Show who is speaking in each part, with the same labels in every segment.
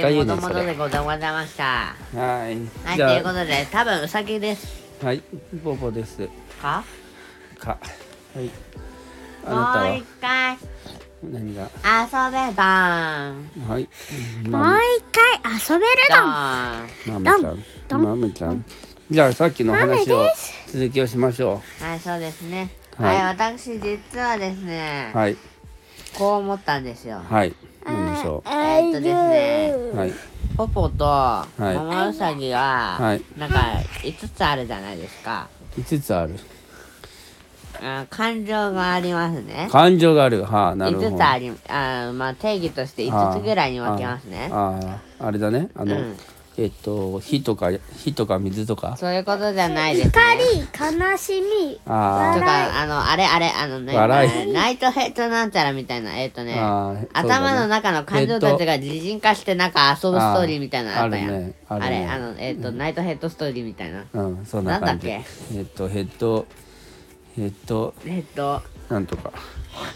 Speaker 1: か言うね
Speaker 2: もと
Speaker 1: そ
Speaker 2: もと
Speaker 1: れ
Speaker 2: でございました。
Speaker 1: はい
Speaker 2: はい、
Speaker 1: じ
Speaker 2: というこ
Speaker 1: ゃ
Speaker 2: とで、多分うさぎです
Speaker 1: あはいボボです
Speaker 2: か
Speaker 1: かはいあなた
Speaker 2: もう
Speaker 1: は
Speaker 2: 一回
Speaker 1: 何が
Speaker 2: 遊べばん。
Speaker 1: はい
Speaker 3: もう
Speaker 1: ま
Speaker 3: 一回遊べる
Speaker 2: ど
Speaker 3: の
Speaker 2: ーん。
Speaker 1: むまむちゃんまむちゃんじゃあさっきの話
Speaker 3: ま
Speaker 1: を
Speaker 3: むです
Speaker 1: 続きをしましょ
Speaker 2: はい、そうですね。
Speaker 1: は
Speaker 2: はいい、私実はですね
Speaker 1: う、はい
Speaker 2: こう思ったんですよ。
Speaker 1: はい何でしょ
Speaker 2: えっとですね、
Speaker 1: うはい
Speaker 2: ポポと
Speaker 1: い
Speaker 2: モモウサギ
Speaker 1: は、
Speaker 2: はいなんか5つあるじゃないですか。
Speaker 1: 5つある
Speaker 2: あ感情がありますね。
Speaker 1: 感情があるはあなるほど
Speaker 2: 5つあり、あまあ定義として5つぐらいに分けますね。
Speaker 1: ああああれだねあの、
Speaker 2: うん
Speaker 1: えっと火とか火とか水とか
Speaker 2: そういうことじゃないですね。
Speaker 3: 光、悲しみ、
Speaker 1: あ
Speaker 2: と
Speaker 1: ー
Speaker 2: か、あの、あれあれ、あのね、
Speaker 1: 笑い
Speaker 2: ナイトヘッドなんちゃらみたいな、えっ、とね、
Speaker 1: あーそうだね
Speaker 2: 頭の中の感情たちが擬人化してなんか遊ぶストーリーみたいなのあったやん。
Speaker 1: あ
Speaker 2: あ
Speaker 1: ーあるねある
Speaker 2: れ、
Speaker 1: ね
Speaker 2: あの、えっ、と、ナイトヘッドストーリーみたいな。
Speaker 1: うんそんな感じ
Speaker 2: なんだっ
Speaker 1: えっとヘッドヘッド
Speaker 2: ヘッド、
Speaker 1: なんとか、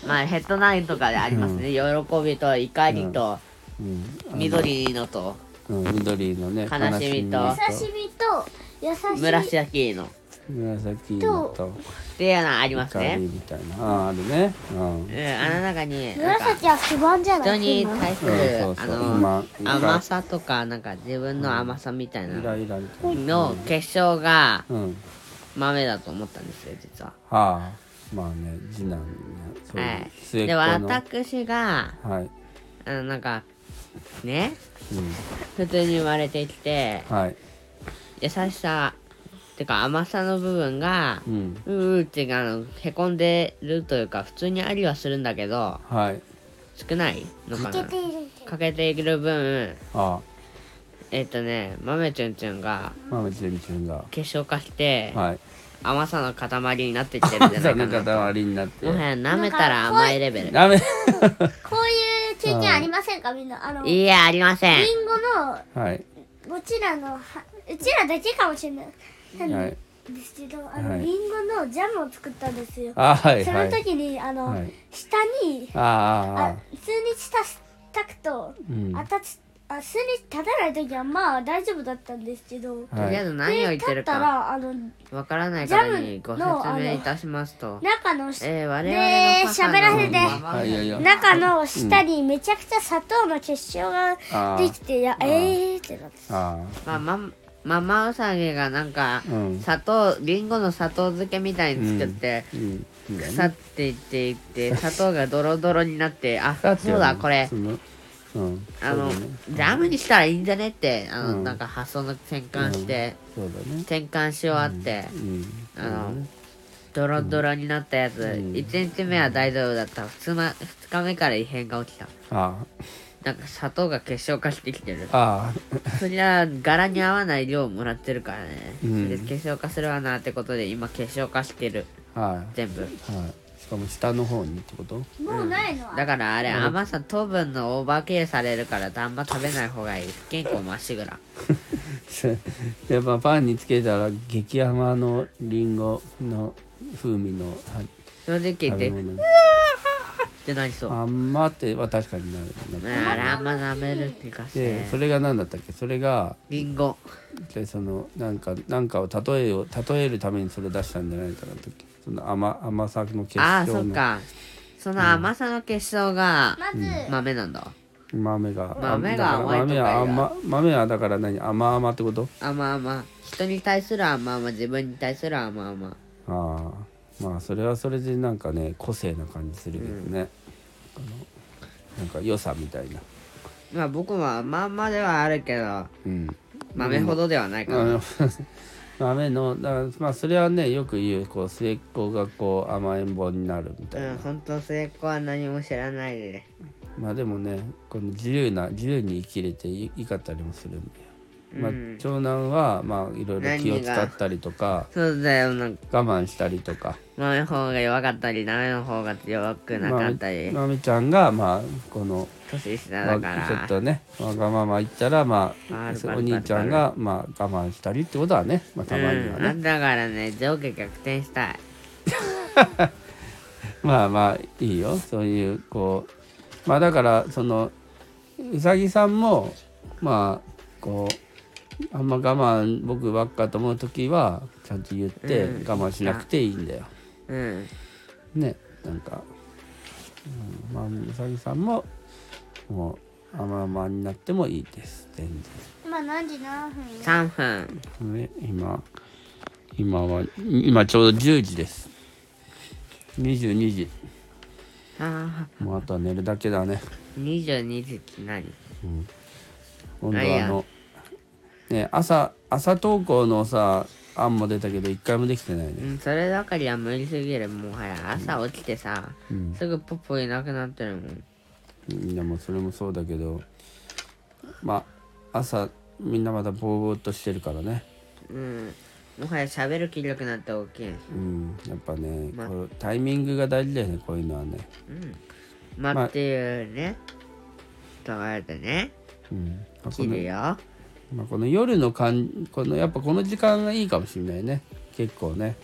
Speaker 2: まあヘッドナインとかでありますね。喜びと怒りと、
Speaker 1: うん
Speaker 2: 緑のと、
Speaker 1: うん、緑のね
Speaker 2: 悲しみと
Speaker 3: 優しみと、優しみ、
Speaker 2: 紫の。っ
Speaker 1: 紫のと
Speaker 2: ていうのがあります
Speaker 1: 光
Speaker 2: ね。
Speaker 1: みたいなあーあるねうん
Speaker 2: うん、あの中に、なんか、
Speaker 3: 紫は不満じゃな
Speaker 2: 人
Speaker 3: い
Speaker 2: に対する
Speaker 1: うん、そ
Speaker 2: あ
Speaker 1: うそう
Speaker 2: の、
Speaker 1: 今
Speaker 2: 甘さとか、なんか自分の甘さみたいな
Speaker 1: イライラみたいな
Speaker 2: の結晶が、
Speaker 1: うん
Speaker 2: 豆だと思ったんですよ実は。
Speaker 1: はあまあね次男ねそう
Speaker 2: は
Speaker 1: 末
Speaker 2: い、
Speaker 1: っ
Speaker 2: で
Speaker 1: 子の
Speaker 2: 私が
Speaker 1: はい
Speaker 2: あのなんかね
Speaker 1: うん
Speaker 2: 普通に生まれてきて
Speaker 1: はい
Speaker 2: 優しさてか甘さの部分が
Speaker 1: うん
Speaker 2: うーってあのへこんでるというか普通にありはするんだけど
Speaker 1: はい
Speaker 2: 少ないのか
Speaker 3: 欠
Speaker 2: な
Speaker 3: け。ている。
Speaker 2: 欠けている分
Speaker 1: あ
Speaker 2: えっ、とね豆ちゅんちゅんが
Speaker 1: まあちみちゃんが
Speaker 2: 結晶化して
Speaker 1: はい
Speaker 2: 甘さの塊になってきてるんじゃな
Speaker 1: 朝
Speaker 2: い
Speaker 1: の
Speaker 2: かな。
Speaker 1: 塊になって
Speaker 2: もはや舐めたら甘いレベル。
Speaker 1: ダメ
Speaker 3: こういう経験ありませんかみんな。あの、リン
Speaker 2: いやありません。
Speaker 3: ゴの、
Speaker 1: はい
Speaker 3: うちらの、はうちらだけかもしれない。
Speaker 1: はい
Speaker 3: ですけど、あ
Speaker 1: は
Speaker 3: の、
Speaker 1: い
Speaker 3: リンゴのジャムを作ったんですよ。
Speaker 1: あはい
Speaker 3: そ
Speaker 1: は
Speaker 3: の
Speaker 1: い
Speaker 3: 時に、あの、
Speaker 1: はい
Speaker 3: 下に、
Speaker 1: あああ
Speaker 3: あ普通に下したくと、
Speaker 1: うん
Speaker 3: あたつあ普通に立たない時はまあ大丈夫だったんですけど、
Speaker 1: あ
Speaker 2: と
Speaker 1: は
Speaker 2: りあえ
Speaker 1: い
Speaker 2: ず何を言っ
Speaker 3: 立
Speaker 2: て
Speaker 3: っ
Speaker 2: る
Speaker 3: た
Speaker 2: から
Speaker 3: あの
Speaker 2: わからないからにご説明いたしますと、
Speaker 3: 中のし、
Speaker 2: えー、我々の
Speaker 3: ねえ喋らせて
Speaker 1: はいいやいや
Speaker 3: 中の下にめちゃくちゃ砂糖の結晶が
Speaker 1: あ
Speaker 3: できて、いや
Speaker 1: あー
Speaker 3: えーってなって
Speaker 1: あ
Speaker 2: まあ、まママウサギがなんか、
Speaker 1: うん
Speaker 2: 砂糖りんごの砂糖漬けみたいに作って、
Speaker 1: うんいいんだよね
Speaker 2: 腐っていっていって砂糖がドロドロになってあ
Speaker 1: だって
Speaker 2: そうだこれ
Speaker 1: そのうん
Speaker 2: あの、
Speaker 1: そうだね
Speaker 2: ジャムにしたらいいんじゃねってあの、
Speaker 1: うん
Speaker 2: なんか発想の転換して、
Speaker 1: そうだね
Speaker 2: 転換し終わって、
Speaker 1: うん
Speaker 2: あの、ドロドロになったやつ、1日目は大丈夫だった2日目二日目から異変が起きた
Speaker 1: あ
Speaker 2: なんか砂糖が結晶化してきてる
Speaker 1: ああ
Speaker 2: そりゃ柄に合わない量をもらってるからね、
Speaker 1: うん
Speaker 2: で結晶化するわなってことで今結晶化してる
Speaker 1: あはい
Speaker 2: 全部
Speaker 1: はいしかも下の方にってこと
Speaker 3: もうないの、
Speaker 2: だからあれ甘さ糖分のオーバーケーされるからあんま食べない方がいい不健康まっしぐら
Speaker 1: やっぱパンにつけたら激甘のリンゴの風味のあ
Speaker 2: 正直言っ
Speaker 1: 食べ
Speaker 2: て
Speaker 1: 物
Speaker 2: ってなりそうあ
Speaker 1: 甘っては確かになるよね
Speaker 2: あれあんま舐める気がし
Speaker 1: で
Speaker 2: て
Speaker 1: それが何だったっけそれが
Speaker 2: りんご
Speaker 1: でそのなんかなんかを例えを例えるためにそれ出したんじゃないかなとその甘甘さの結晶の
Speaker 2: ああそっかその甘さの結晶が
Speaker 3: まず、
Speaker 2: 豆なんだ
Speaker 1: 豆があ
Speaker 2: 豆が
Speaker 1: だ
Speaker 2: 甘い
Speaker 1: か
Speaker 2: とか
Speaker 1: ら豆
Speaker 2: 言う
Speaker 1: は
Speaker 2: わ
Speaker 1: 甘豆はだから何甘々ってこと
Speaker 2: 甘々人に対する甘々自分に対する甘々
Speaker 1: ああまあそれはそれでなんかね個性な感じするけどね、あのなんか良さみたいな
Speaker 2: まあ僕も甘々ではあるけど
Speaker 1: うん
Speaker 2: 豆ほどではないか
Speaker 1: あ
Speaker 2: な、
Speaker 1: の豆のだからまあそれはねよく言うこう末っ子がこう甘えん坊になるみたいな、
Speaker 2: うん、本当末っ子は何も知らないで。
Speaker 1: まあでもねこの自由な自由に生きれていいかったりもするんだよ、まあ
Speaker 2: うん
Speaker 1: 長男はまあいろいろ気を
Speaker 2: 何が
Speaker 1: 使ったりとか
Speaker 2: そうだよ、なんか、
Speaker 1: 我慢したりとか
Speaker 2: 豆の方が弱かったり、豆の方が弱くなかったり、
Speaker 1: まみちゃんがまあこの
Speaker 2: 年下だか
Speaker 1: まあちょっ
Speaker 2: ら。
Speaker 1: とねわがまま言ったらまあ
Speaker 2: ある
Speaker 1: そうお兄ちゃんがまあ我慢したりってことはね、まあ、たまには
Speaker 2: うん、あ
Speaker 1: ね、
Speaker 2: だからね、上下逆転したい。
Speaker 1: まあまあいいよそういうこうまあだからそのうさぎさんもまあこうあんま我慢僕ばっかと思う時はちゃんと言って
Speaker 2: うん
Speaker 1: 我慢しなくていいんだよ。
Speaker 2: うん
Speaker 1: ねなんか、うん、まあうさぎさんももう甘々になってもいいです全
Speaker 3: 今何時何分
Speaker 2: 3分
Speaker 1: 然。ね今今は今ちょうど10時です。22時
Speaker 2: あ
Speaker 1: もうあとは寝るだけだね。
Speaker 2: ー22時って何
Speaker 1: 今度
Speaker 2: なん
Speaker 1: は
Speaker 2: や
Speaker 1: あの、ね、朝朝投稿のさ案も出たけど一回もできてないね、
Speaker 2: うんそればかりは無理すぎるもはや朝起きてさ、
Speaker 1: うん
Speaker 2: すぐポッポいなくなってるもん
Speaker 1: みんなもそれもそうだけどまあ朝みんなまだぼーぼーっとしてるからね、
Speaker 2: うんもはや喋る気力なんて大きい
Speaker 1: うん、やっぱね、
Speaker 2: まあ
Speaker 1: このタイミングが大事だよねこういうのはね、
Speaker 2: うんま
Speaker 1: まあ
Speaker 2: あ、っていうねところでね
Speaker 1: うんまあこ
Speaker 2: 切
Speaker 1: の
Speaker 2: るよ
Speaker 1: まあ、この夜の感このやっぱこの時間がいいかもしれないね結構ね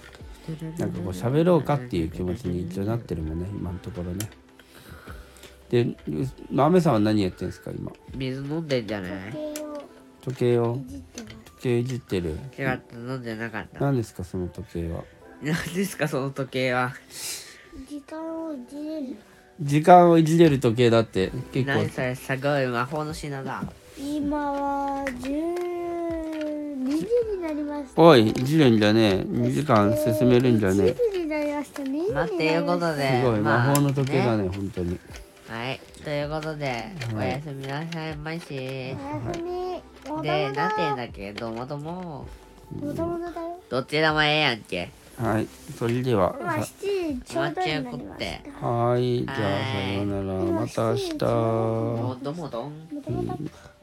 Speaker 1: なんかこう喋ろうかっていう気持ちに一応なってるもんね今のところねでう豆さんは何やってんですか今
Speaker 2: 水飲んでんじゃない
Speaker 3: 時計を
Speaker 1: 時計を
Speaker 3: いじってます
Speaker 1: 時計いじってる
Speaker 2: 違った飲んでなかった
Speaker 1: 何ですかその時計は
Speaker 2: 何ですかその時計は
Speaker 3: 時間をいじれる
Speaker 1: 時間をいじれる時計だって結
Speaker 2: 何そ
Speaker 1: 構
Speaker 2: れすごい魔法の品だ
Speaker 3: 今は12時になりました
Speaker 1: おいいじるんじゃねえ2時間進めるんじゃねえ
Speaker 3: 1時になりましたね
Speaker 2: まあっていうこと
Speaker 3: で
Speaker 2: です
Speaker 1: ごい
Speaker 2: まあ
Speaker 1: 魔法の時計だね本当に
Speaker 2: はいということで、おやすみなさいまし
Speaker 3: おやすみお
Speaker 2: で、なんて言うん
Speaker 3: だ
Speaker 2: だっけどもども。
Speaker 3: もともとだよ
Speaker 2: どっちでもええやんけ。
Speaker 1: はいそれでは
Speaker 3: 今7時ちょうどになり
Speaker 2: ま
Speaker 3: ま
Speaker 2: あ
Speaker 3: し
Speaker 2: 中
Speaker 3: た
Speaker 1: はーいじゃあ
Speaker 2: は
Speaker 1: さ
Speaker 2: ーい
Speaker 1: ようならまた
Speaker 3: 今
Speaker 1: 明
Speaker 3: 7時ちょうどになりま
Speaker 1: 日
Speaker 3: す
Speaker 2: どもどもどん。
Speaker 3: もともと